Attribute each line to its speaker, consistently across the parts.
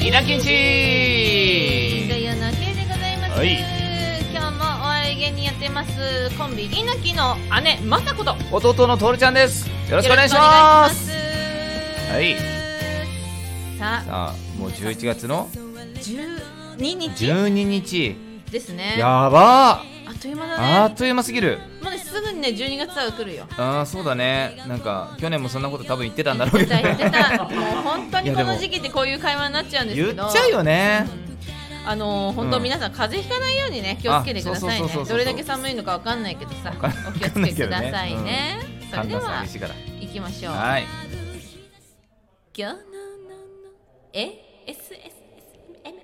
Speaker 1: 稲金ち
Speaker 2: というのけでございます、
Speaker 1: はい
Speaker 2: 今日もお笑い芸人やってますコンビ稲木の姉まさことよ
Speaker 1: 弟のトールちゃんですよろしくお願いします
Speaker 2: ろしくお願いしますさあ
Speaker 1: さあもう11月の
Speaker 2: 12日
Speaker 1: 12日
Speaker 2: ですねあ
Speaker 1: やばー
Speaker 2: っという間
Speaker 1: あ
Speaker 2: だ
Speaker 1: っ
Speaker 2: ね
Speaker 1: という間すぎる
Speaker 2: もうねすぐにね12月は来るよ
Speaker 1: ああそうだねなんか去年もそんなこと多分言ってたんだろうけ
Speaker 2: 絶
Speaker 1: ど、ね
Speaker 2: 対、言ってたもう本当
Speaker 1: い
Speaker 2: に
Speaker 1: や
Speaker 2: こ
Speaker 1: でも
Speaker 2: の時期ってこういう会話になっちゃうんですけど
Speaker 1: 言っちゃうよね
Speaker 2: うんあのー本当
Speaker 1: うん
Speaker 2: 皆さん風邪ひかないようにね気をつけてください
Speaker 1: あそうそうそうそうそ
Speaker 2: ね
Speaker 1: う
Speaker 2: どれだけ寒いのかわかんないけどさ
Speaker 1: かんない
Speaker 2: お気をつけくださいねそれ
Speaker 1: 寒
Speaker 2: で
Speaker 1: 暖差
Speaker 2: は
Speaker 1: 激しいから
Speaker 2: 行きましょう
Speaker 1: はい
Speaker 2: 今日のえ S S S M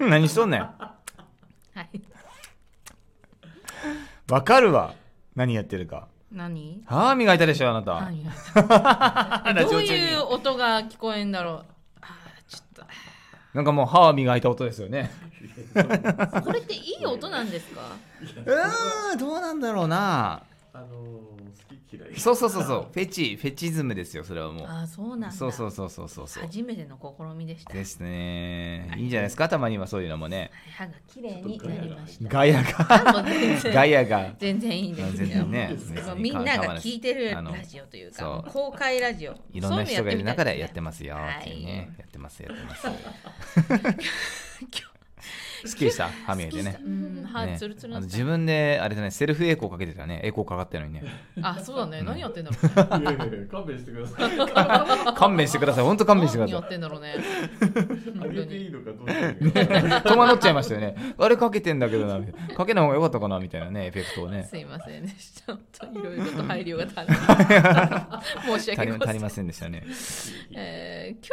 Speaker 1: 何しとんねん
Speaker 2: はい
Speaker 1: わかるわ何やってるか
Speaker 2: 何
Speaker 1: 歯磨いたでしょあなた、
Speaker 2: 何が
Speaker 1: ラジ
Speaker 2: ど
Speaker 1: オ中
Speaker 2: う
Speaker 1: に
Speaker 2: いう音が聞こえんだろうあーちょっ
Speaker 1: なんかもう歯を磨いた音ですよね
Speaker 2: とこれっていい音なんですか
Speaker 1: うーんどうなんだろうな
Speaker 3: あのー、好き嫌い。
Speaker 1: そうそうそうそうフェチフェチズムですよそれはもう
Speaker 2: あーそうなんだ
Speaker 1: そうそうそうそうそうそう
Speaker 2: 初めての試みでした
Speaker 1: ですねいいんじゃないですかたまにはそういうのもね
Speaker 2: 歯が綺麗になりました
Speaker 1: ガヤ が
Speaker 2: もう全然
Speaker 1: ガヤが
Speaker 2: 全然いいんです
Speaker 1: 全然 ね
Speaker 2: もう
Speaker 1: 別に
Speaker 2: みんなが聞いてる
Speaker 1: あの
Speaker 2: ラジオという
Speaker 1: そ
Speaker 2: か
Speaker 1: う
Speaker 2: 公開ラジオ
Speaker 1: いろんな人がいる中でやって
Speaker 2: ま
Speaker 1: ますよっていうね、やってますやってます好きでした歯磨いてね
Speaker 2: うん歯
Speaker 1: ね
Speaker 2: ツルツル
Speaker 1: あ
Speaker 2: な
Speaker 1: の
Speaker 2: ん
Speaker 1: 自分であれだねセルフエコーかけてたねエコーかかってるのにね
Speaker 2: あそうだね
Speaker 1: うん
Speaker 2: 何やってんだろうね
Speaker 3: いやいやいや、勘弁してください。
Speaker 1: 勘弁してください本当勘弁してく
Speaker 2: 何
Speaker 1: だ
Speaker 2: やっ
Speaker 1: さ
Speaker 2: てんだろうね
Speaker 3: あ
Speaker 2: 本当
Speaker 3: げてい
Speaker 2: に
Speaker 3: いのかどう なのか。
Speaker 1: い戸惑っちゃいましたよねあれかけてんだけどなみたいなかけない方が良かったかなみたいなねエフェクトをね
Speaker 2: すいませんでした本当にいろいろと配慮が足りない 申し
Speaker 1: 足
Speaker 2: 訳
Speaker 1: り
Speaker 2: ご
Speaker 1: 足
Speaker 2: ざい
Speaker 1: り
Speaker 2: ま
Speaker 1: ませ
Speaker 2: せん
Speaker 1: んでしたね
Speaker 2: えー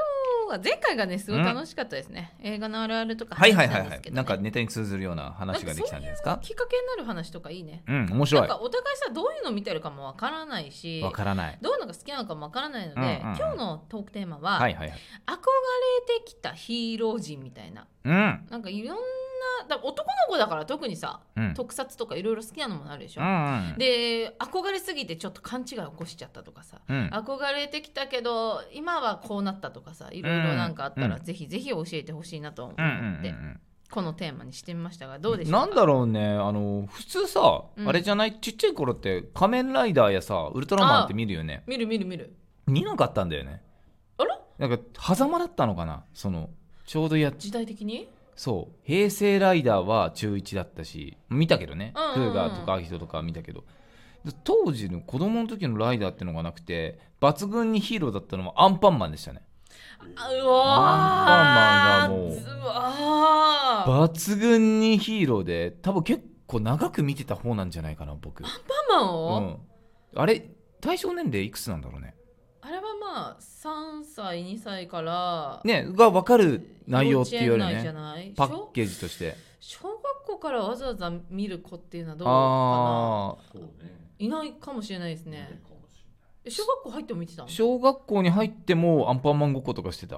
Speaker 2: 今日は前回がねすごい楽しかったですね映画のあるあるとか
Speaker 1: はい
Speaker 2: 話
Speaker 1: はいは
Speaker 2: した
Speaker 1: い
Speaker 2: んで
Speaker 1: は
Speaker 2: す
Speaker 1: い
Speaker 2: けどね
Speaker 1: なんかネタに通ずるような話ができたんじゃないですか
Speaker 2: きっかけになる話とかいいね
Speaker 1: うん面白
Speaker 2: なん
Speaker 1: い
Speaker 2: かお互いさどういうの見てるかもわからないし
Speaker 1: わからない
Speaker 2: どういうのが好きなのかもわからないので、
Speaker 1: うんうんうん
Speaker 2: 今日のトークテーマは、
Speaker 1: はいはいはい
Speaker 2: 憧れてきたヒーロー人みたいな
Speaker 1: うん
Speaker 2: なんかいろんなだ男の子だから特にさ、
Speaker 1: うん
Speaker 2: 特撮とかいろいろ好きなのもあるでしょ、
Speaker 1: うんうん
Speaker 2: で憧れすぎてちょっと勘違い起こしちゃったとかさ、
Speaker 1: うん
Speaker 2: 憧れてきたけど今はこうなったとかさいろいろなんかあったら、
Speaker 1: うん
Speaker 2: ぜひぜひ教えてほしいなと思って、
Speaker 1: うんうんうん
Speaker 2: このテーマにしてみましたがどうでしょう
Speaker 1: なんだろうねあの普通さ、
Speaker 2: うん
Speaker 1: あれじゃないちっちゃい頃って仮面ライダーやさウルトラマンって見るよね
Speaker 2: 見る見る見る
Speaker 1: 見なかったんだよね
Speaker 2: あら
Speaker 1: なんか狭間だったのかなそのちょうどや
Speaker 2: 時代的に
Speaker 1: そう平成ライダーは中1だったし見たけどね、
Speaker 2: うんうんうん
Speaker 1: クーガーとかアヒトとかは見たけどで当時の子供の時のライダーってのがなくて抜群にヒーローだったのはアンパンマンでしたね
Speaker 2: あうわ
Speaker 1: アン
Speaker 2: ー
Speaker 1: パンマンがもう
Speaker 2: ずわー
Speaker 1: 抜群にヒーローで多分結構長く見てた方なんじゃないかな僕
Speaker 2: アンパンマンを、
Speaker 1: うん、あれ対象年齢いくつなんだろうね
Speaker 2: あれはまあ3歳2歳から
Speaker 1: ねが分かる内容っていうより
Speaker 2: 幼稚園内じゃ
Speaker 1: ね
Speaker 2: ない
Speaker 1: パッ
Speaker 2: 小
Speaker 1: ケージとして
Speaker 2: 小学校からわざわざ見る子っていうのはどうかな
Speaker 1: ああ
Speaker 3: そうね。
Speaker 2: いないかもしれないですね
Speaker 3: かもし
Speaker 2: え小学校入っても見てたのす
Speaker 1: 小学校に入ってもアンパンマンごっことかしてた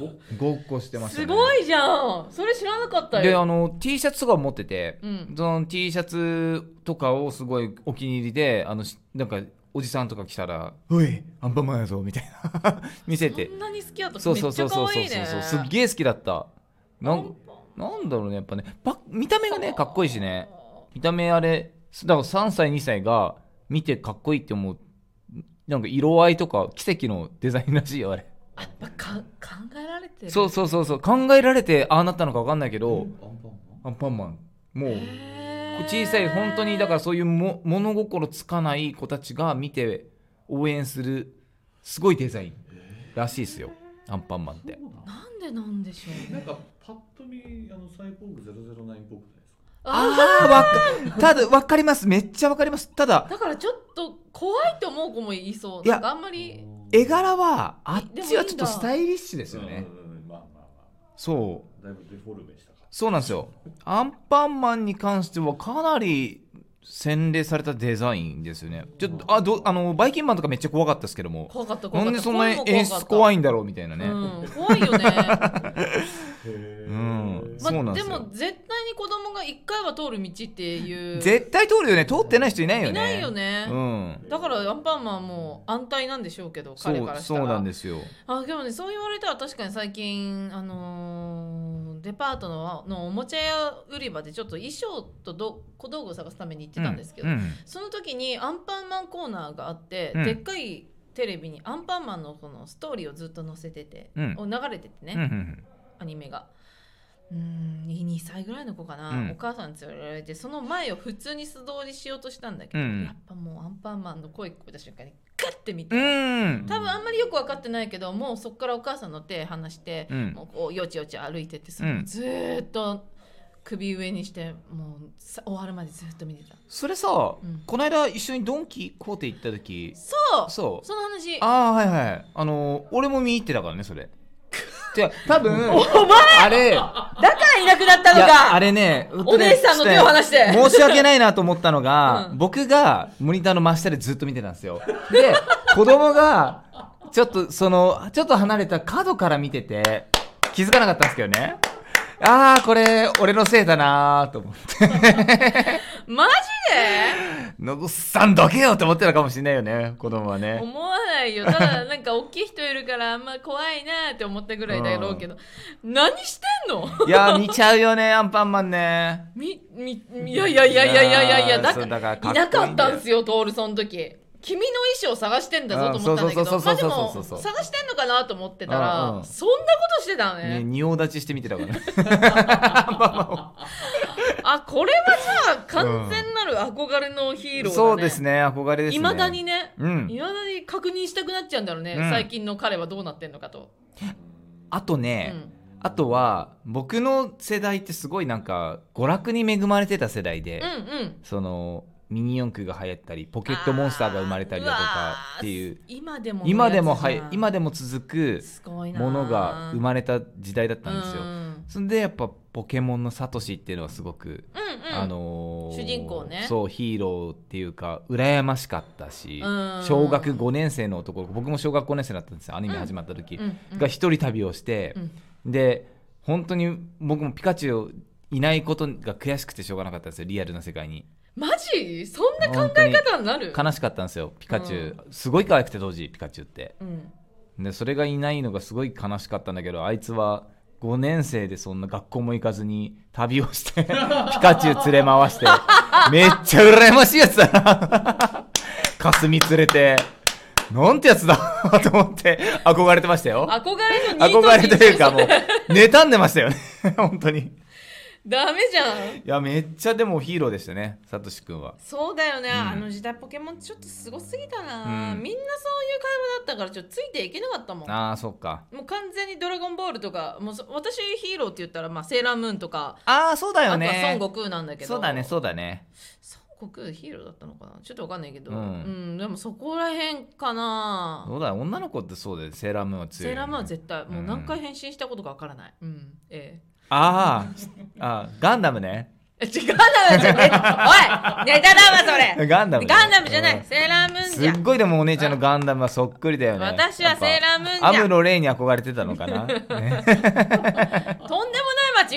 Speaker 3: れない。
Speaker 1: ごっこしてました、ね、
Speaker 2: ごいじゃんそれ知らなかった
Speaker 1: であ
Speaker 2: よ
Speaker 1: の T シャツとか持ってて、
Speaker 2: うん
Speaker 1: その T シャツとかをすごいお気に入りであのしなんかおじさんとか来たら「おいアンパンマンやぞ」みたいな 見せて
Speaker 2: そんなに好きだと
Speaker 1: そうそ
Speaker 2: め
Speaker 1: う
Speaker 2: っち
Speaker 1: そ
Speaker 2: ゃ
Speaker 1: うそ
Speaker 2: 可
Speaker 1: うそう
Speaker 2: 愛い
Speaker 1: そう
Speaker 2: ね
Speaker 1: そうすっげえ好きだったなんなんだろうねやっぱねパ見た目がねかっこいいしね見た目あれだから3歳2歳が見てかっこいいって思うなんか色合いとか奇跡のデザインらしいよあれ
Speaker 2: やっぱか考えられてる
Speaker 1: そうそうそうそう考えられてああなったのか分かんないけど、
Speaker 3: アンパンマ
Speaker 1: ア
Speaker 3: ン
Speaker 1: ンパンマンもう
Speaker 2: へー
Speaker 1: 小さい本当にだからそういうも物心つかない子たちが見て応援するすごいデザインらしいですよアンパンマンって
Speaker 3: そうな
Speaker 2: なんでなんでしょう
Speaker 3: のなん
Speaker 2: ね
Speaker 3: かパッと見あのサイボーグ009っぽくないですか
Speaker 2: あ
Speaker 1: あわかただわかりますめっちゃわかりますただ
Speaker 2: だからちょっと怖いと思う子もいそう
Speaker 1: いや
Speaker 2: なんかあんまり
Speaker 1: 絵柄はあ
Speaker 2: で
Speaker 1: っ
Speaker 2: もいいん
Speaker 1: ち
Speaker 2: だ
Speaker 1: はちょっとスタイリッシュですよね
Speaker 3: うんうんうんまあまあま
Speaker 1: そう
Speaker 3: あだいぶデフォルメしたか
Speaker 1: そうなんですよアンパンマンに関してはかなり洗練されたデザインですよねちょっとあどあのバイキンマンとかめっちゃ怖かったですけども
Speaker 2: 怖かった怖か
Speaker 1: な
Speaker 2: った
Speaker 1: んでそんな演出怖
Speaker 2: い
Speaker 1: いんだろうみたいなね、
Speaker 2: うん、怖いよね、
Speaker 3: らへ
Speaker 1: うん
Speaker 2: ま
Speaker 1: そう
Speaker 2: あ、
Speaker 1: なんで
Speaker 2: です
Speaker 1: よ
Speaker 2: も絶対に子供が一回は通る道っていう
Speaker 1: 絶対通るよね通ってない人いないよね
Speaker 2: いないよね、
Speaker 1: うん
Speaker 2: だからアンパンマンも安泰なんでしょうけど
Speaker 1: そ
Speaker 2: 彼から
Speaker 1: う
Speaker 2: したら
Speaker 1: そうなんですよ
Speaker 2: あでもねそう言われたら確かに最近あのーデパートののおもちゃ屋売り場でちょっと衣装とど小道具を探すために行ってたんですけど、
Speaker 1: うんうん
Speaker 2: その時にアンパンマンコーナーがあって、
Speaker 1: うん
Speaker 2: でっかいテレビにアンパンマンのこのストーリーをずっと載せてて、
Speaker 1: うん
Speaker 2: お流れててね、
Speaker 1: うんうん
Speaker 2: アニメが。うーん2歳ぐらいの子かな、
Speaker 1: うん
Speaker 2: お母さんに連れられてその前を普通に素通りしようとしたんだけど、
Speaker 1: うん
Speaker 2: やっぱもうアンパンマンの声聞こえた瞬間にガッて見て、
Speaker 1: うん
Speaker 2: 多分あんまりよく分かってないけどもうそこからお母さんの手離して、
Speaker 1: うん
Speaker 2: もうこうよちよち歩いてってさ、
Speaker 1: うん
Speaker 2: ずーっと首上にしてもうさ終わるまでずーっと見てた
Speaker 1: それさ、
Speaker 2: うん
Speaker 1: この間一緒にドンキコーテ行った時
Speaker 2: そう
Speaker 1: そう
Speaker 2: その話
Speaker 1: ああはいはいあの俺も見入ってたからね それじゃ多分あれ
Speaker 2: だからいなくなった
Speaker 1: い
Speaker 2: の
Speaker 1: やあ
Speaker 2: か
Speaker 1: れね、
Speaker 2: お姉さんの手を離して
Speaker 1: ちょっとね申し訳ないなと思ったのが、
Speaker 2: うん
Speaker 1: 僕がモニターの真下でずっと見てたんですよ。で、子供が、ちょっとその、ちょっと離れた角から見てて、気づかなかったんですけどね。ああ、これ、俺のせいだなーと思って。
Speaker 2: マジ
Speaker 1: のぐっさんどけよと思ってたかもしれないよね、子供は
Speaker 2: で
Speaker 1: ね。
Speaker 2: 思わないよただなんか大きい人いるからあんま怖いなーって思ったぐらいだろうけど、何してん の
Speaker 1: いやー、見ちゃうよね、アンパンマンね。
Speaker 2: みみいやいやいやいやいやいやいや
Speaker 1: あー
Speaker 2: だ
Speaker 1: そう
Speaker 2: か
Speaker 1: だから
Speaker 2: ら
Speaker 1: かっ
Speaker 2: い
Speaker 1: こいい
Speaker 2: なん
Speaker 1: だよ
Speaker 2: かったんですよトールその時君の衣装探してんだぞと思ったんだけ
Speaker 1: あーそう
Speaker 2: どま
Speaker 1: そう
Speaker 2: あで
Speaker 1: そうそう
Speaker 2: も
Speaker 1: そうそうそう
Speaker 2: 探してんのかなと思ってたら、
Speaker 1: うんうん
Speaker 2: そんなことしてたのね
Speaker 1: ね、仁王立ちして見てたからね。
Speaker 2: あこれはさ完全なる憧れのヒーローだね、
Speaker 1: そうですね、憧れですね。
Speaker 2: いまだに。ね
Speaker 1: うん
Speaker 2: い。まだに確認したくなっちゃうんだろうね、
Speaker 1: うん
Speaker 2: 最近の彼はどうなってんのかと、
Speaker 1: あと
Speaker 2: う
Speaker 1: ね、
Speaker 2: ん、
Speaker 1: あとは僕の世代ってすごいなんか娯楽に恵まれてた世代で、
Speaker 2: うんうん
Speaker 1: そのミニ四駆が流行ったりポケットモンスターが生まれたりだとかっていう
Speaker 2: あーわー今でものやつじゃん
Speaker 1: 今でもはい今でも続く
Speaker 2: すごいな
Speaker 1: ものが生
Speaker 2: れ
Speaker 1: まれた時代だったんですよ。
Speaker 2: うん
Speaker 1: そんでやっぱポケモンのサトシっていうのはすごく、
Speaker 2: うんうん
Speaker 1: あのー
Speaker 2: 主人公ね
Speaker 1: そうヒーローっていうか羨ましかったし、
Speaker 2: うん
Speaker 1: 小学5年生の男僕も小学5年生だったんですよアニメ始まった時、
Speaker 2: うんうん
Speaker 1: が一人旅をして、
Speaker 2: うん
Speaker 1: で本当に僕もピカチュウいないことが悔しくてしょうがなかったんですよリアルな世界に
Speaker 2: マジそんな考え方になる
Speaker 1: 悲しかったんですよピカチュウ、すごい可愛くて当時ピカチュウって
Speaker 2: うん
Speaker 1: でそれがいないのがすごい悲しかったんだけどあいつは5年生でそんな学校も行かずに旅をして ピカチュウ連れ回してめっちゃ羨ましいやつだ なかすみ連れてなんてやつだと思って憧れてましたよ
Speaker 2: 憧れのニート
Speaker 1: 憧れというか
Speaker 2: 人
Speaker 1: もう
Speaker 2: 生
Speaker 1: 妬んでましたよね 本当に
Speaker 2: ダメじゃん
Speaker 1: いやめっちゃでもヒーローでしたねサトシ君は
Speaker 2: そうだよね、
Speaker 1: うん
Speaker 2: あの時代ポケモンちょっとすごすぎたな、
Speaker 1: うん
Speaker 2: みんなそういう会話だったからちょっとついていけなかったもん
Speaker 1: ああそっか
Speaker 2: もう完全に「ドラゴンボール」とかもうそ私ヒーローって言ったら、まあ、セーラームーンとか、
Speaker 1: ああそうだ
Speaker 2: あと
Speaker 1: よ
Speaker 2: は孫
Speaker 1: ね
Speaker 2: 悟空なんだけど
Speaker 1: そうだねそうだね
Speaker 2: 孫悟空ヒーローだったのかなちょっとわかんないけど、う
Speaker 1: うんん
Speaker 2: でもそこらへんかな、
Speaker 1: そうだよ女の子ってそうだよセーラームーンは強い
Speaker 2: セ
Speaker 1: よね、
Speaker 2: ーラームーンは絶対も
Speaker 1: う
Speaker 2: う
Speaker 1: ん
Speaker 2: 何回変身したことかわからない、うんえ
Speaker 1: あーあーガンダムね
Speaker 2: え、え違うなじゃねおいネタだわそれ
Speaker 1: ガンダムね
Speaker 2: ガンダムじゃない、
Speaker 1: うん
Speaker 2: セーラームーン
Speaker 1: す
Speaker 2: じゃ
Speaker 1: っごいでもお姉ちゃんのガンダムはそっくりだよね
Speaker 2: 私はセーラームーンじゃ
Speaker 1: やっぱアムロレイに憧れてたのかな、ね、
Speaker 2: とんでもない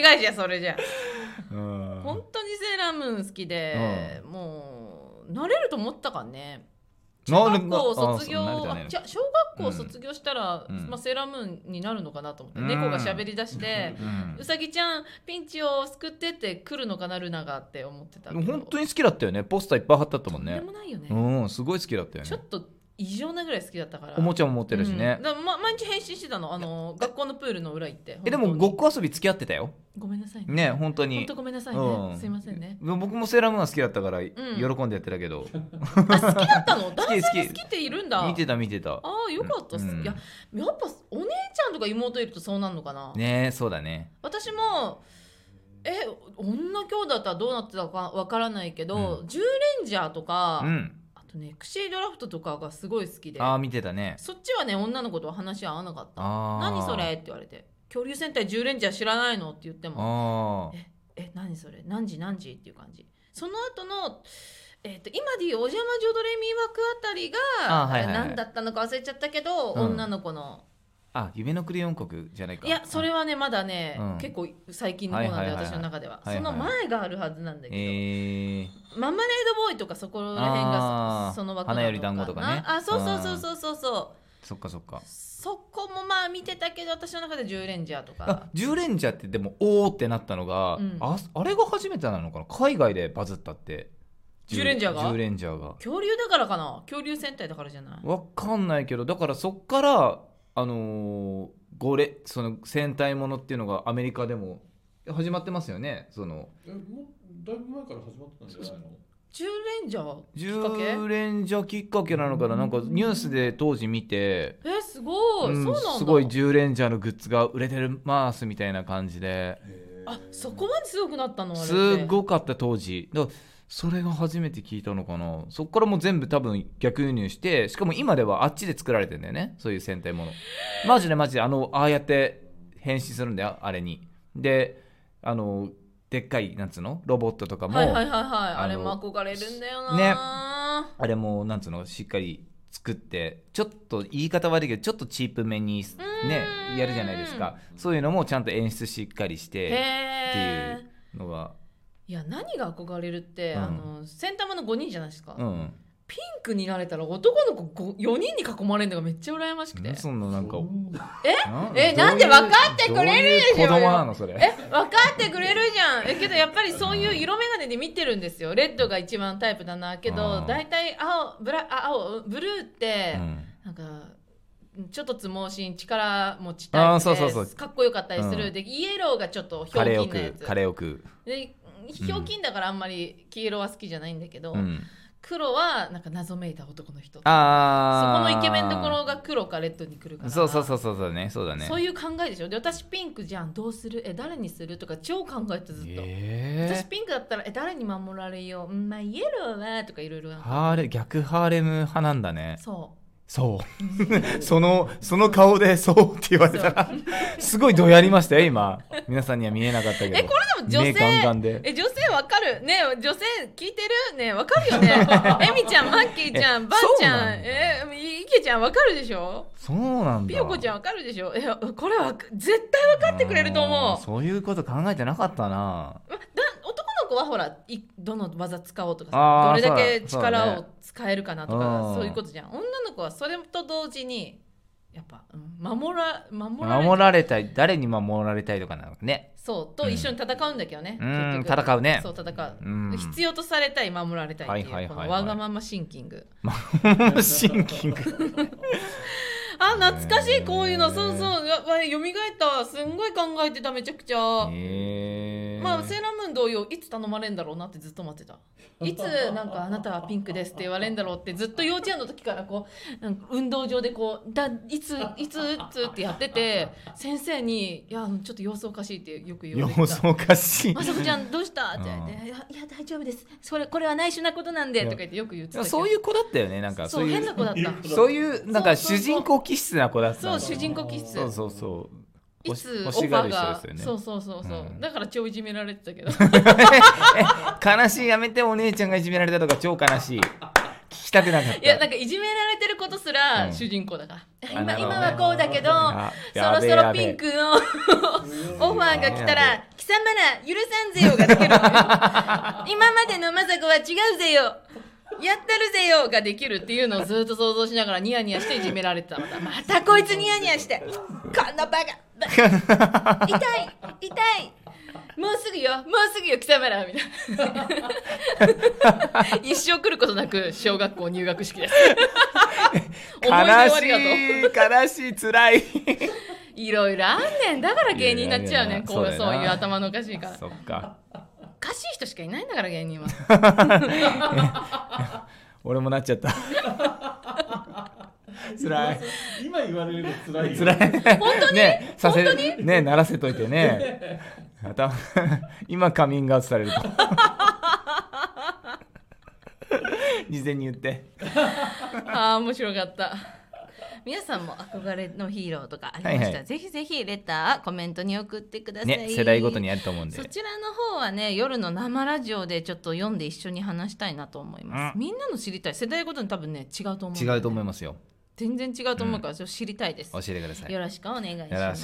Speaker 2: 間違いじゃんそれじゃ
Speaker 1: うん
Speaker 2: 本当にセーラームーン好きで、もうなれると思ったかね
Speaker 1: な
Speaker 2: 小
Speaker 1: る
Speaker 2: 学校卒業
Speaker 1: あーそうなるじゃない
Speaker 2: あ
Speaker 1: の
Speaker 2: じゃ小学校卒業したら、
Speaker 1: うん
Speaker 2: まあ、セーラームーンになるのかなと思って、
Speaker 1: うん
Speaker 2: 猫が喋り出して
Speaker 1: う、ん
Speaker 2: うさぎちゃんピンチを救ってって来るのかなルナがって思ってた
Speaker 1: でも本当
Speaker 2: に
Speaker 1: に好きだったよねポスターいっぱい貼ってあったもん
Speaker 2: ね
Speaker 1: ね
Speaker 2: でもないよね、
Speaker 1: うんすごい好きだったよね
Speaker 2: ちょっと異常なぐらい好きだったから
Speaker 1: おもちゃも持ってるしね
Speaker 2: うん、だからま、毎日変身してたのあの学校のプールの裏行って
Speaker 1: えでも
Speaker 2: 本当
Speaker 1: ご
Speaker 2: に
Speaker 1: っこ遊び付き合ってたよ
Speaker 2: ごめんなさい
Speaker 1: ね本当に
Speaker 2: 本当ごめんなさいね、
Speaker 1: うん
Speaker 2: すいませ んね
Speaker 1: 僕もセーラームーンは好きだったから喜んでやってたけど、
Speaker 2: あ好きだったの
Speaker 1: き
Speaker 2: 男性も好きっているんだ
Speaker 1: 見てた見てた
Speaker 2: ああよかったっす、
Speaker 1: うん
Speaker 2: いややっぱお姉ちゃんとか妹いるとそうなんのかな、
Speaker 1: ねそうだね
Speaker 2: 私もえ女兄弟だったらどうなってたかわからないけど、
Speaker 1: う
Speaker 2: 10レンジャーとか、
Speaker 1: うん
Speaker 2: あとねクシードラフトとかがすごい好きで
Speaker 1: ああ見てたね
Speaker 2: そっちはね女の子とは話し合わなかった
Speaker 1: ああ
Speaker 2: 何それって言われて恐竜戦隊10レンジャー知らないのって言っても
Speaker 1: ああ
Speaker 2: え何それ何時何時っていう感じその後のえっと今でいうお邪魔女ドレミ枠あたりが
Speaker 1: あはいはいはい
Speaker 2: 何だったのか忘れちゃったけど、
Speaker 1: うん
Speaker 2: 女の子の
Speaker 1: あ夢のクレヨン国じゃないか
Speaker 2: いやそれ
Speaker 1: は
Speaker 2: はねまだね、
Speaker 1: うん
Speaker 2: 結構最近の方なんで、
Speaker 1: はいはいはいはい
Speaker 2: 私の中で
Speaker 1: は
Speaker 2: は、
Speaker 1: いはい
Speaker 2: その前があるはずなんだけど、
Speaker 1: ええ
Speaker 2: ママレードボーイとかそこら辺
Speaker 1: あ
Speaker 2: が
Speaker 1: ー
Speaker 2: そその枠なの
Speaker 1: 花より団子とかね
Speaker 2: あそうそうそうそうそうそう
Speaker 1: そっかそっか
Speaker 2: そこもまあ見てたけど私の中で10レンジャーと
Speaker 1: あ
Speaker 2: か
Speaker 1: 10レンジャーってでもおーってなったのが、
Speaker 2: うん
Speaker 1: ああれが初めてなのかな海外でバズったって
Speaker 2: 10レンジャーが
Speaker 1: 10レンジャーが
Speaker 2: 恐竜だからかな恐竜戦隊だからじゃない
Speaker 1: わかんないけどだからそっからあのー、ゴレその戦隊ものっていうのがアメリカでも始まってますよねその
Speaker 3: えもうだいぶ前から始まってたんじゃないの
Speaker 2: 10レンジャーきっかけ
Speaker 1: 10レンジャーきっかけなのかななんかニュースで当時見て、
Speaker 2: えすごい、
Speaker 1: うん
Speaker 2: そうなんだ
Speaker 1: すごい10レンジャーのグッズが売れてるますみたいな感じで
Speaker 3: へー
Speaker 2: あそこまですごくなったのあれって
Speaker 1: すごかった当時だからそれが初めて聞いたのかなそこからもう全部多分逆輸入してしかも今ではあっちで作られてんだよねそういう戦隊ものマジでマジであのああやって変身するんだよあれにであのでっかいなんつうのロボットとかも、
Speaker 2: はいはいはいはいあ
Speaker 1: あの
Speaker 2: れも憧れるんだよ
Speaker 1: ね
Speaker 2: な
Speaker 1: あれもなんつうのしっかり作ってちょっと言い方悪いけどちょっとチープめにね
Speaker 2: うーん
Speaker 1: やるじゃないですかそういうのもちゃんと演出しっかりし
Speaker 2: へ
Speaker 1: て
Speaker 2: え
Speaker 1: っていうのが
Speaker 2: いや何が憧れるって、
Speaker 1: うん
Speaker 2: あのセンタマの5人じゃないですか、
Speaker 1: う
Speaker 2: ピン
Speaker 1: ん
Speaker 2: クになれたら男の子4人に囲まれるのがめっちゃ羨ましくて、
Speaker 1: そんななんか
Speaker 3: そんな
Speaker 2: えなんで分かってくれるでしょう
Speaker 1: どういう子
Speaker 2: よ
Speaker 1: 供なのそれ
Speaker 2: え分かってくれるじゃんえけどやっぱりそういう色眼鏡で見てるんですよレッドが一番タイプだなけ
Speaker 1: う
Speaker 2: ど
Speaker 1: ん
Speaker 2: 大体青ブラあ青ブルーって、
Speaker 1: うん
Speaker 2: なんかちょっとつ盲信力持ち
Speaker 1: あ
Speaker 2: た
Speaker 1: ー
Speaker 2: い
Speaker 1: そうそうそう
Speaker 2: かっこよかったりする、
Speaker 1: うん
Speaker 2: でイエローがちょっとひょ
Speaker 1: カ
Speaker 2: うき
Speaker 1: レーを
Speaker 2: んな
Speaker 1: 食
Speaker 2: や
Speaker 1: う
Speaker 2: つ
Speaker 1: カレーを食う
Speaker 2: でひょうきんだからあんまり黄色は好きじゃないんだけど、
Speaker 1: うん
Speaker 2: 黒はなんか謎めいた男の人そこ
Speaker 1: ああ
Speaker 2: のイケメンどころが黒かレッドに来るから
Speaker 1: そうそうそうそうそうねそうだね
Speaker 2: そういう考えでしょで私ピンクじゃんどうするえ誰にするとか超考えてずっと、私
Speaker 1: え
Speaker 2: ピンクだったらえ誰に守られよううんまあイエローはとかいろいろ
Speaker 1: ー、ハーレ逆ハーレム派なんだね
Speaker 2: そ
Speaker 1: そう そのその顔で そうって言われたら すごいどやりましたよ今皆さんには見えなかったけど
Speaker 2: えこれでも
Speaker 1: 目
Speaker 2: 女性
Speaker 1: ガンガンで
Speaker 2: うえ女性わかるね女性聞いてるねわかるよ ねえみちゃんマッキーちゃん
Speaker 1: え
Speaker 2: ばんち
Speaker 1: そう
Speaker 2: ゃ
Speaker 1: なんんだ
Speaker 2: えいけちゃんわかるでしょ
Speaker 1: そうなんだ
Speaker 2: ピヨコちゃんわかるでしょえこれは絶対わかってくれると思
Speaker 1: あー
Speaker 2: う
Speaker 1: そういうこと考えてなかったな
Speaker 2: まだ男の子はほらいどの技使おうとか
Speaker 1: あ
Speaker 2: さ
Speaker 1: ー
Speaker 2: どれだけ
Speaker 1: そうだそうだ
Speaker 2: 力
Speaker 1: ね
Speaker 2: を使えるかなと
Speaker 1: う
Speaker 2: か
Speaker 1: ん
Speaker 2: そういうことじゃん女の子はそれと同時にやっぱ、うん守ら守られ
Speaker 1: 守られたい誰に守られたいとかなのか ね
Speaker 2: そうと一緒に戦うんだけどね、
Speaker 1: うん
Speaker 2: 結局
Speaker 1: 戦うね
Speaker 2: そう戦う、
Speaker 1: うん
Speaker 2: 必要とされたい守られたいっていう、
Speaker 1: はいはいはいはい
Speaker 2: このわがままシンキング
Speaker 1: シンキング
Speaker 2: あ懐かしいこういう
Speaker 1: へ
Speaker 2: の
Speaker 1: ー
Speaker 2: そうそうやばい蘇ったすんごい考えてためちゃくちゃ、
Speaker 1: へえ
Speaker 2: まあセーラームーン同様いつ頼まれんだろうなってずっと待ってたいつなんかあなたはピンクですって言われんだろうってずっと幼稚園の時からこうなんか運動場でこうだいついついつってやってて先生に「いやあのちょっと様子おかしい」ってよく言われて
Speaker 1: 様
Speaker 2: た
Speaker 1: 子。おかしい
Speaker 2: まさこちゃんどうしたって言われて
Speaker 1: う
Speaker 2: いや「いや大丈夫ですそれこれは内緒なことなんで」
Speaker 1: いや
Speaker 2: とか言ってよく言ってたけど
Speaker 1: そういう子だったよねなんか
Speaker 2: そ
Speaker 1: そう
Speaker 2: う
Speaker 1: い
Speaker 2: 変な
Speaker 1: う
Speaker 2: 子だった
Speaker 1: そういうなんか
Speaker 2: そ
Speaker 1: 主
Speaker 2: うそうそう
Speaker 1: 人公気質な子だったん
Speaker 2: そ
Speaker 1: だ
Speaker 2: う主人公気質
Speaker 1: そうそうそう
Speaker 2: い
Speaker 1: 欲
Speaker 2: つ
Speaker 1: し
Speaker 2: オ
Speaker 1: 欲
Speaker 2: フ
Speaker 1: し
Speaker 2: ァ
Speaker 1: が
Speaker 2: ー
Speaker 1: る人
Speaker 2: が
Speaker 1: です
Speaker 2: そ
Speaker 1: よ
Speaker 2: う
Speaker 1: ね
Speaker 2: そうそうそう、
Speaker 1: うん
Speaker 2: だから超いじめられてた けど
Speaker 1: 悲しいやめてお姉ちゃんがいじめられたとか超悲しい聞きたくなかった
Speaker 2: いやなんかいじめられてることす
Speaker 1: う
Speaker 2: ら
Speaker 1: ん
Speaker 2: 主人公だから、
Speaker 1: あな
Speaker 2: 今
Speaker 1: るほど
Speaker 2: 今
Speaker 1: ね
Speaker 2: はこうだけど
Speaker 1: あ
Speaker 2: そ
Speaker 1: や
Speaker 2: ろ
Speaker 1: べ
Speaker 2: そ
Speaker 1: え
Speaker 2: ろ
Speaker 1: やべ
Speaker 2: ピ
Speaker 1: え
Speaker 2: ンクのオファーが来たら「貴様ら許さんぜよ」ができるのよ 今までのまさこは違うぜよやったるぜよができるっていうのをずっと想像しながらニヤニヤしていじめられてた またまたこ いつニヤニヤしてこのバカバカ痛い痛いもうすぐよもうすぐよ貴様らみたい な一生来ることなく小学校入学式です思い出
Speaker 1: 悲
Speaker 2: をありがとう
Speaker 1: しい悲しい辛い
Speaker 2: いろいろあんねんだから芸人になっちゃうねん
Speaker 1: い
Speaker 2: こ
Speaker 1: ろ
Speaker 2: う
Speaker 1: いろあるよ
Speaker 2: そう
Speaker 1: な
Speaker 2: いう頭のおかしいから
Speaker 1: そっか
Speaker 2: おかしい人しかいないんだから 芸人は
Speaker 1: 俺もなっちゃった 辛い
Speaker 3: 今言われると辛いよ
Speaker 1: 辛い
Speaker 2: 本当に
Speaker 1: ねさせねならせといてね頭今カミングアウトされる と事前に言って
Speaker 2: ああ面白かった皆さんも憧れのヒーローとかありましたら、
Speaker 1: はいはい
Speaker 2: ぜひぜひレターコメントに送ってください、
Speaker 1: ね世代ごとにやると思うんで
Speaker 2: そちらの方はね夜の生ラジオでちょっと読んで一緒に話したいなと思います、
Speaker 1: うん
Speaker 2: みんなの知りたい世代ごとに多分ね違うと思う
Speaker 1: 違うと思い
Speaker 2: す
Speaker 1: ますよ
Speaker 2: 全然違うと思うから、それ知りたいです
Speaker 1: 教えてくださいよ
Speaker 2: よろしくお願いしま
Speaker 1: ろ
Speaker 2: す
Speaker 1: しくお願いし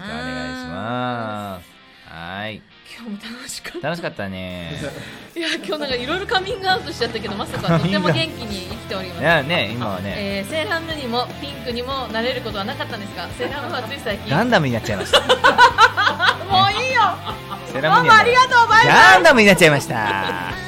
Speaker 1: ますはい
Speaker 2: す今日も楽しかった
Speaker 1: 楽しかったね
Speaker 2: いや今日なんかいろいろカミングアウトしちゃったけどまさかとても元気に生きておりま
Speaker 1: い
Speaker 2: す
Speaker 1: やね今はね
Speaker 2: えー、セーラームーンにもピンクにもなれることはなかったんですがセーラームーンはつい最近
Speaker 1: ガンダムになっちゃいました
Speaker 2: もういいよ
Speaker 1: セラ
Speaker 2: マ
Speaker 1: ムニア
Speaker 2: マ
Speaker 1: ム
Speaker 2: ありがとうバイバイ
Speaker 1: ガンダムになっちゃいました